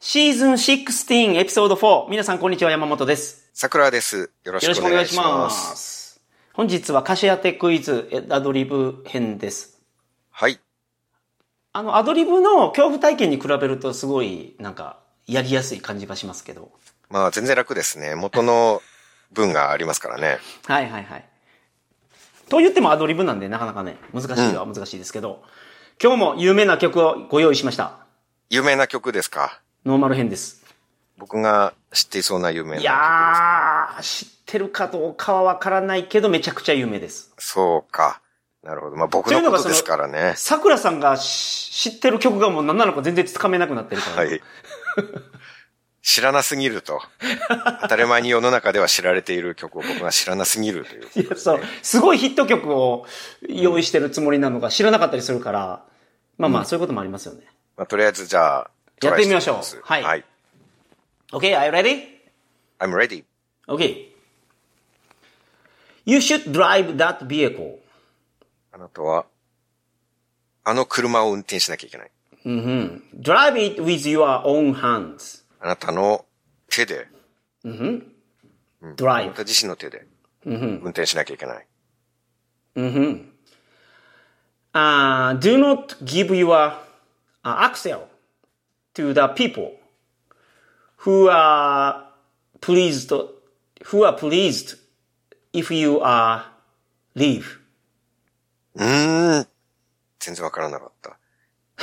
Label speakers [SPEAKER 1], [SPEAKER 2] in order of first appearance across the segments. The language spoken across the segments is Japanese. [SPEAKER 1] シーズン16エピソード4。皆さんこんにちは、山本です。
[SPEAKER 2] 桜です。よろ
[SPEAKER 1] よろ
[SPEAKER 2] し
[SPEAKER 1] し
[SPEAKER 2] く
[SPEAKER 1] くお
[SPEAKER 2] お
[SPEAKER 1] 願
[SPEAKER 2] 願
[SPEAKER 1] い
[SPEAKER 2] い
[SPEAKER 1] し
[SPEAKER 2] し
[SPEAKER 1] ま
[SPEAKER 2] ます。
[SPEAKER 1] す。本日は歌詞当てクイズ、えアドリブ編です。
[SPEAKER 2] はい。
[SPEAKER 1] あの、アドリブの恐怖体験に比べるとすごい、なんか、やりやすい感じがしますけど。
[SPEAKER 2] まあ、全然楽ですね。元の文がありますからね。
[SPEAKER 1] はいはいはい。と言ってもアドリブなんで、なかなかね、難しいは難しいですけど、今日も有名な曲をご用意しました。
[SPEAKER 2] 有名な曲ですか
[SPEAKER 1] ノーマル編です。
[SPEAKER 2] 僕が知っていそうな有名
[SPEAKER 1] い
[SPEAKER 2] な
[SPEAKER 1] やー、知ってるかどうかはわからないけど、めちゃくちゃ有名です。
[SPEAKER 2] 曲。そうか。なるほど。まあ、僕
[SPEAKER 1] という
[SPEAKER 2] の
[SPEAKER 1] のが
[SPEAKER 2] ことですからね。
[SPEAKER 1] さくらさんがし知ってる曲がもう何なのか全然つかめなくなってるから。
[SPEAKER 2] はい。知らなすぎると。当たり前に世の中では知られている曲を僕が知らなすぎるという。
[SPEAKER 1] いやそう。すごいヒット曲を用意してるつもりなのが知らなかったりするから、まあまあ、そういうこともありますよね。
[SPEAKER 2] まあ、とりあえずじゃあ、ト
[SPEAKER 1] やっ
[SPEAKER 2] ライ
[SPEAKER 1] てみましょう
[SPEAKER 2] てみます
[SPEAKER 1] はい
[SPEAKER 2] はい。
[SPEAKER 1] Okay, are you
[SPEAKER 2] I'm ready.
[SPEAKER 1] ready?Okay. You should drive that vehicle.
[SPEAKER 2] あなたは、あの車を運転しなきゃいけない。
[SPEAKER 1] Drive it with your own hands.
[SPEAKER 2] あなたの手で、あな
[SPEAKER 1] Drive.
[SPEAKER 2] た自身の手で、運転しなきゃいけない。
[SPEAKER 1] Uh, do not give your uh, axle to the people who are pleased who are pleased if you are leave.
[SPEAKER 2] うーん。全然わからなかった。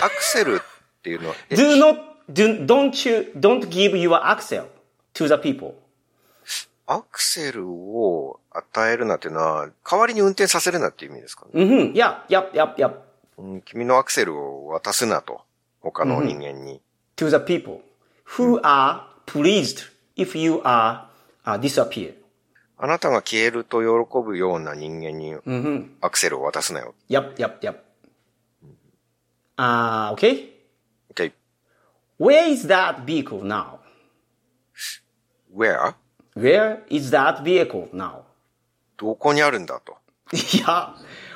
[SPEAKER 2] アクセルっていうのは、え
[SPEAKER 1] Do not do don't you don't give your axle to the people.
[SPEAKER 2] アクセルを与えるなっていうのは、代わりに運転させるなっていう意味ですかね。
[SPEAKER 1] Mm-hmm. Yeah, yep, yep, yep.
[SPEAKER 2] うん君のアクセルを渡すなと。他の人間に。
[SPEAKER 1] To the people who are pleased if you are uh, disappear.
[SPEAKER 2] あなたが消えると喜ぶような人間に、アクセルを渡すなよ。
[SPEAKER 1] Yep, yep, yep. Uh, okay.
[SPEAKER 2] Okay.
[SPEAKER 1] Where is that vehicle now?
[SPEAKER 2] Where?
[SPEAKER 1] Where is that vehicle now?
[SPEAKER 2] どこにあるんだと。
[SPEAKER 1] yeah.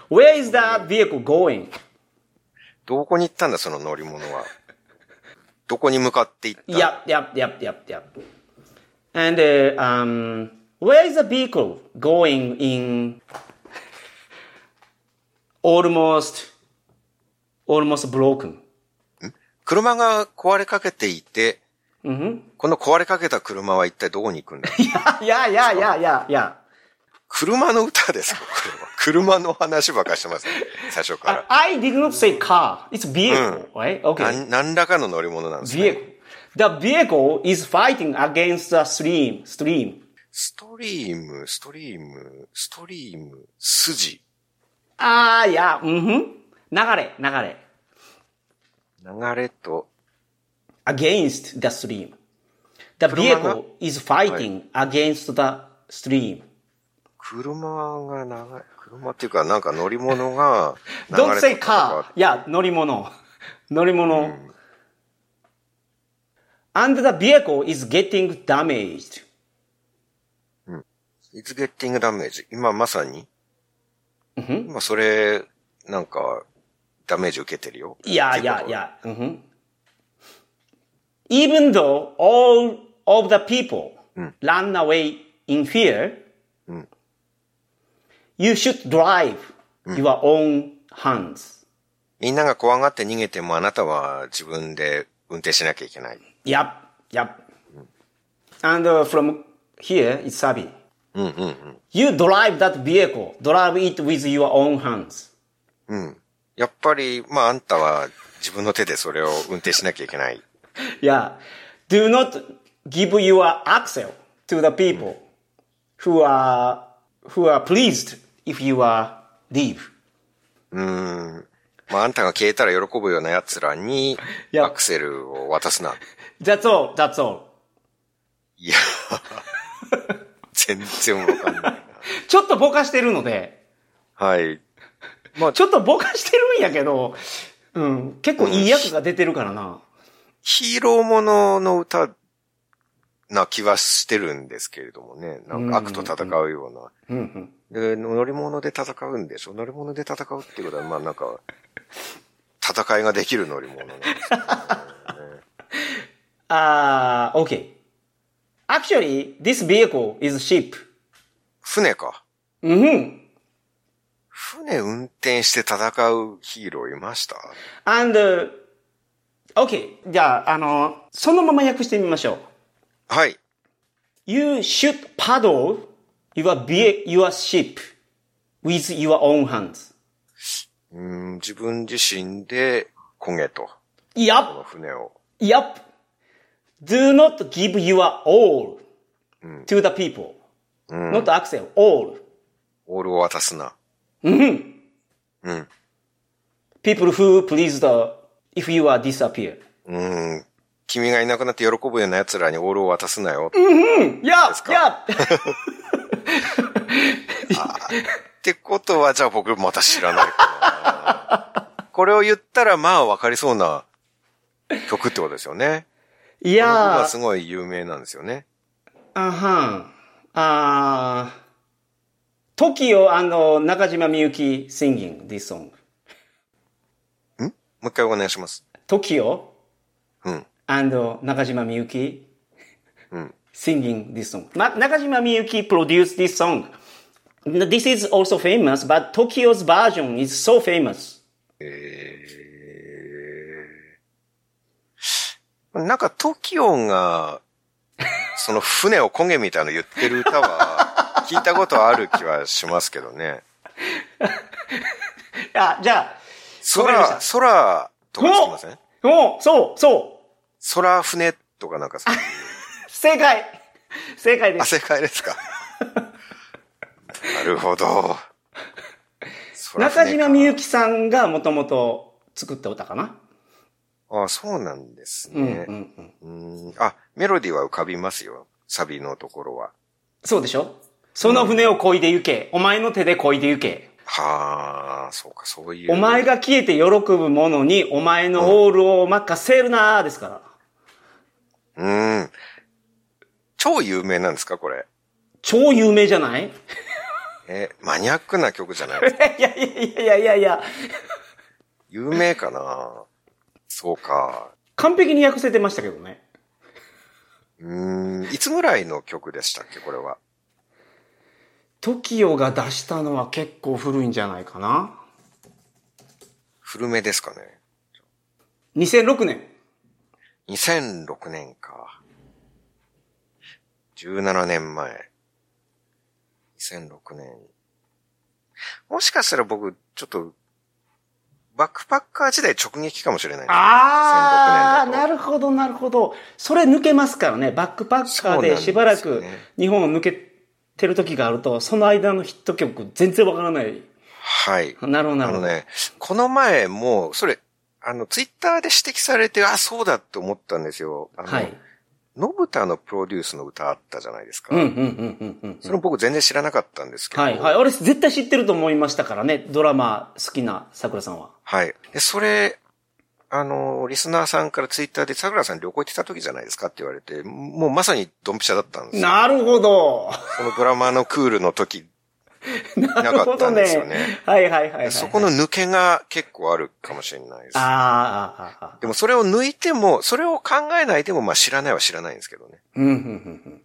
[SPEAKER 1] Where is that vehicle going?
[SPEAKER 2] どこに行ったんだ、その乗り物は。どこに向かって行った
[SPEAKER 1] Yep, yep, yep, yep, yep. And uh, um, where is the vehicle going in almost almost broken?
[SPEAKER 2] 車が壊れかけていて、この壊れかけた車は一体どこに行く んだ
[SPEAKER 1] yeah, yeah, yeah, yeah, yeah.
[SPEAKER 2] 車の歌ですかこれは。車の話ばっかりしてます、ね。 最初から
[SPEAKER 1] I,。I did not say car. It's vehicle, right? Okay.
[SPEAKER 2] なん何らかの乗り物なんですね。
[SPEAKER 1] vehicle. The vehicle is fighting against the stream. Stream.
[SPEAKER 2] ストリーム、ストリーム、ストリーム、筋、
[SPEAKER 1] あー、いや、うんふん。流れ、流れ。
[SPEAKER 2] 流れと、
[SPEAKER 1] against the stream. The
[SPEAKER 2] 車が
[SPEAKER 1] vehicle is fighting against the stream.
[SPEAKER 2] 車が流れ、車っていうかなんか乗り 物が流れと
[SPEAKER 1] Don't say car. いや、乗り物。 乗り物。And the vehicle is getting damaged.
[SPEAKER 2] It's getting damage. 今まさに、今それ、なんか、ダメージ受けてるよ。
[SPEAKER 1] いやい
[SPEAKER 2] って
[SPEAKER 1] や
[SPEAKER 2] う
[SPEAKER 1] いや。うんふん Mm-hmm. Even though all of the people run away in fear, you should drive your own hands.
[SPEAKER 2] みんなが怖がって逃げてもあなたは自分で運転しなきゃいけない。
[SPEAKER 1] Yep, yep. And uh, from here, it's Sabi. You drive that vehicle, drive it with your own hands.
[SPEAKER 2] やっぱり、まああんたは自分の手でそれを運転しなきゃいけない。
[SPEAKER 1] Yeah. Do not give your axle to the people who are who are pleased if you are leave.
[SPEAKER 2] まああんたが消えたら喜ぶような奴らに
[SPEAKER 1] いや
[SPEAKER 2] アクセルを渡すな。
[SPEAKER 1] That's all. That's all.
[SPEAKER 2] いや、 全然わかんない。
[SPEAKER 1] ちょっとぼかしてるので、
[SPEAKER 2] はい。まあ、
[SPEAKER 1] ちょっとぼかしてるんやけど、うん、結構いい役が出てるからな。
[SPEAKER 2] ヒーローものの歌な気はしてるんですけれどもね。なんか悪と戦うような。で、乗り物で戦うんでしょ乗り物で戦うっていうことは、まあなんか、戦いができる乗り物なんですよね。
[SPEAKER 1] Ah, okay. Actually, this vehicle is ship.
[SPEAKER 2] 船か。
[SPEAKER 1] hmm
[SPEAKER 2] 船運転して戦うヒーローいました
[SPEAKER 1] And, uh, okay. じゃあ、あの、そのまま訳してみましょう。
[SPEAKER 2] はい。
[SPEAKER 1] You should paddle your, ve- your ship with your own hands.
[SPEAKER 2] うーん自分自身で焦げと、こ
[SPEAKER 1] Yup,
[SPEAKER 2] の船を。
[SPEAKER 1] yup. Do not give your all to the people. Not Axel, all.
[SPEAKER 2] オールを渡すな。
[SPEAKER 1] People who please the, if you are disappear.
[SPEAKER 2] うーん。君がいなくなって喜ぶような奴らにオールを渡すなよ。
[SPEAKER 1] Yup,
[SPEAKER 2] か
[SPEAKER 1] yup.
[SPEAKER 2] ってことは、じゃあ僕また知らないかな。これを言ったら、まあわかりそうな曲ってことですよね。
[SPEAKER 1] い
[SPEAKER 2] この曲
[SPEAKER 1] や
[SPEAKER 2] は
[SPEAKER 1] ー
[SPEAKER 2] す、ごい有名なんですよね。
[SPEAKER 1] あはん。あー。TOKIO and 中島みゆき singing this song.
[SPEAKER 2] んもう一回お願いします。
[SPEAKER 1] TOKIO
[SPEAKER 2] うん。
[SPEAKER 1] and 中島みゆき
[SPEAKER 2] うん。
[SPEAKER 1] singing this song. Ma- Nakajima Miyuki produced this song. N- This is also famous, but Tokyo's version is so famous.
[SPEAKER 2] なんか、トキオンが、その船を焦げみたいなの言ってる歌は、聞いたことある気はしますけどね。
[SPEAKER 1] あ、じゃあ、わかりま
[SPEAKER 2] 空、空とかつきません
[SPEAKER 1] おおそう、そう
[SPEAKER 2] 空船とかなんか、
[SPEAKER 1] 正解正解で
[SPEAKER 2] あ、
[SPEAKER 1] す。
[SPEAKER 2] 正解ですか。なるほど。空
[SPEAKER 1] 中
[SPEAKER 2] 船か
[SPEAKER 1] 島みゆきさんがもともと作った歌かな
[SPEAKER 2] あ、そうなんです
[SPEAKER 1] うん、
[SPEAKER 2] ね
[SPEAKER 1] う。ん、うん。
[SPEAKER 2] うんあ、メロディーは浮かびますよ。サビのところは。
[SPEAKER 1] そうでしょその船を漕いで行け。お前の手で漕いで行け。
[SPEAKER 2] はあ、そうか、そういう。
[SPEAKER 1] お前が消えて喜ぶものに、お前のオールを任せるなーですから。
[SPEAKER 2] うん。超有名なんですか、これ。
[SPEAKER 1] 超有名じゃない
[SPEAKER 2] え、マニアックな曲 じゃないですか。
[SPEAKER 1] いやいやいやいやいやいや。
[SPEAKER 2] 有名かなそうか。
[SPEAKER 1] 完璧に訳せてましたけどね。
[SPEAKER 2] うん。いつぐらいの曲でしたっけ、これは。
[SPEAKER 1] TOKIO が出したのは結構古いんじゃないかな。
[SPEAKER 2] 古めですかね。
[SPEAKER 1] 2006年。
[SPEAKER 2] 2006年か。17年前。2006年。もしかしたら僕、ちょっと、バックパッカー時代直撃かもしれない。
[SPEAKER 1] あ
[SPEAKER 2] 2006
[SPEAKER 1] ー、
[SPEAKER 2] 年だ
[SPEAKER 1] な
[SPEAKER 2] と
[SPEAKER 1] るほどなるほど。それ抜けますからね。バックパッカーでしばら
[SPEAKER 2] そうな
[SPEAKER 1] く
[SPEAKER 2] んですよね
[SPEAKER 1] 日本を抜けてる時があると、その間のヒット曲全然わからない。
[SPEAKER 2] はい。
[SPEAKER 1] なるほどな
[SPEAKER 2] あ
[SPEAKER 1] るほ
[SPEAKER 2] の
[SPEAKER 1] ど。
[SPEAKER 2] ね、この前もう、それ、あの、ツイッターで指摘されて、あ、そうだって思ったんですよ。あの、
[SPEAKER 1] はい。
[SPEAKER 2] のぶたのプロデュースの歌あったじゃないですか。
[SPEAKER 1] うんうんうんうんうん。
[SPEAKER 2] それ僕全然知らなかったんですけど。
[SPEAKER 1] はいはい。俺絶対知ってると思いましたからね。ドラマ好きな桜さんは。
[SPEAKER 2] はい。で、それ、あの、リスナーさんからツイッターで、桜さん旅行行ってた時じゃないですかって言われて、もうまさにドンピシャだったんですよ。
[SPEAKER 1] なるほど。
[SPEAKER 2] このドラマのクールの時、
[SPEAKER 1] な
[SPEAKER 2] かったんですよね
[SPEAKER 1] るほどはいはいはいはい。
[SPEAKER 2] そこの抜けが結構あるかもしれないです。
[SPEAKER 1] あーあー、あーあー。
[SPEAKER 2] でもそれを抜いても、それを考えないでも、まあ知らないは知らないんですけどね。
[SPEAKER 1] うんうんうんうん。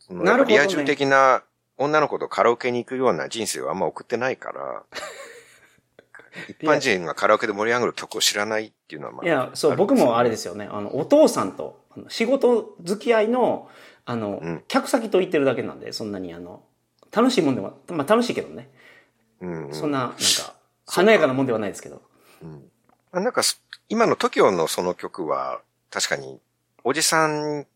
[SPEAKER 2] その
[SPEAKER 1] なるほどね
[SPEAKER 2] リア充的な女の子とカラオケに行くような人生をあんま送ってないから、一般人がカラオケで盛り上がる曲を知らないっていうのはまあ。
[SPEAKER 1] いや、そう、僕もあれですよね。あの、お父さんと、あの仕事付き合いの、あの、
[SPEAKER 2] うん
[SPEAKER 1] 客先と言ってるだけなんで、そんなにあの、楽しいもんでも、まあ楽しいけどね。
[SPEAKER 2] うんうん
[SPEAKER 1] そんな、なんか、華やかなもんではないですけど。
[SPEAKER 2] あなんかそ、今の TOKIO のその曲は、確かに、おじさん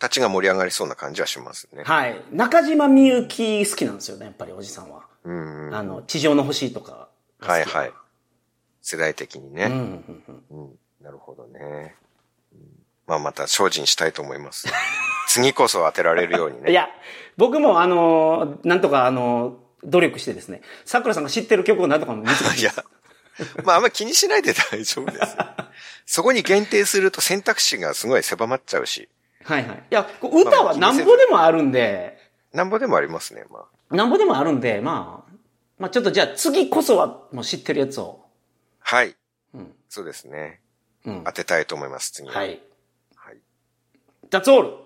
[SPEAKER 2] たちが盛り上がりそうな感じはしますね。
[SPEAKER 1] はい。中島みゆき好きなんですよね、やっぱりおじさんは。
[SPEAKER 2] うんうん
[SPEAKER 1] あの、地上の星とかが好き。
[SPEAKER 2] はいはい。世代的
[SPEAKER 1] う
[SPEAKER 2] に
[SPEAKER 1] んう
[SPEAKER 2] ね。
[SPEAKER 1] んうんうん。
[SPEAKER 2] うんなるほどね。うんまあまた精進したいと思います。 次こそ当てられるように
[SPEAKER 1] い
[SPEAKER 2] ね。
[SPEAKER 1] や、僕もあの、なんとかあの、努力してですね、桜さんが知ってる曲をなんとか見つけ
[SPEAKER 2] いや、まああんま気にしないで大丈夫ですよ。そこに限定すると選択肢がすごい狭まっちゃうし、
[SPEAKER 1] はいはい。いや、こう歌はなんぼでもあるんで、
[SPEAKER 2] なんぼでもありますね、まあ。
[SPEAKER 1] なんぼでもあるんで、まあ、まあちょっとじゃあ次こそはもう知ってるやつを。
[SPEAKER 2] はい。
[SPEAKER 1] うん。
[SPEAKER 2] そうですね。
[SPEAKER 1] うん
[SPEAKER 2] 当。てたいと思います、次は。
[SPEAKER 1] はい。
[SPEAKER 2] はい
[SPEAKER 1] That's all.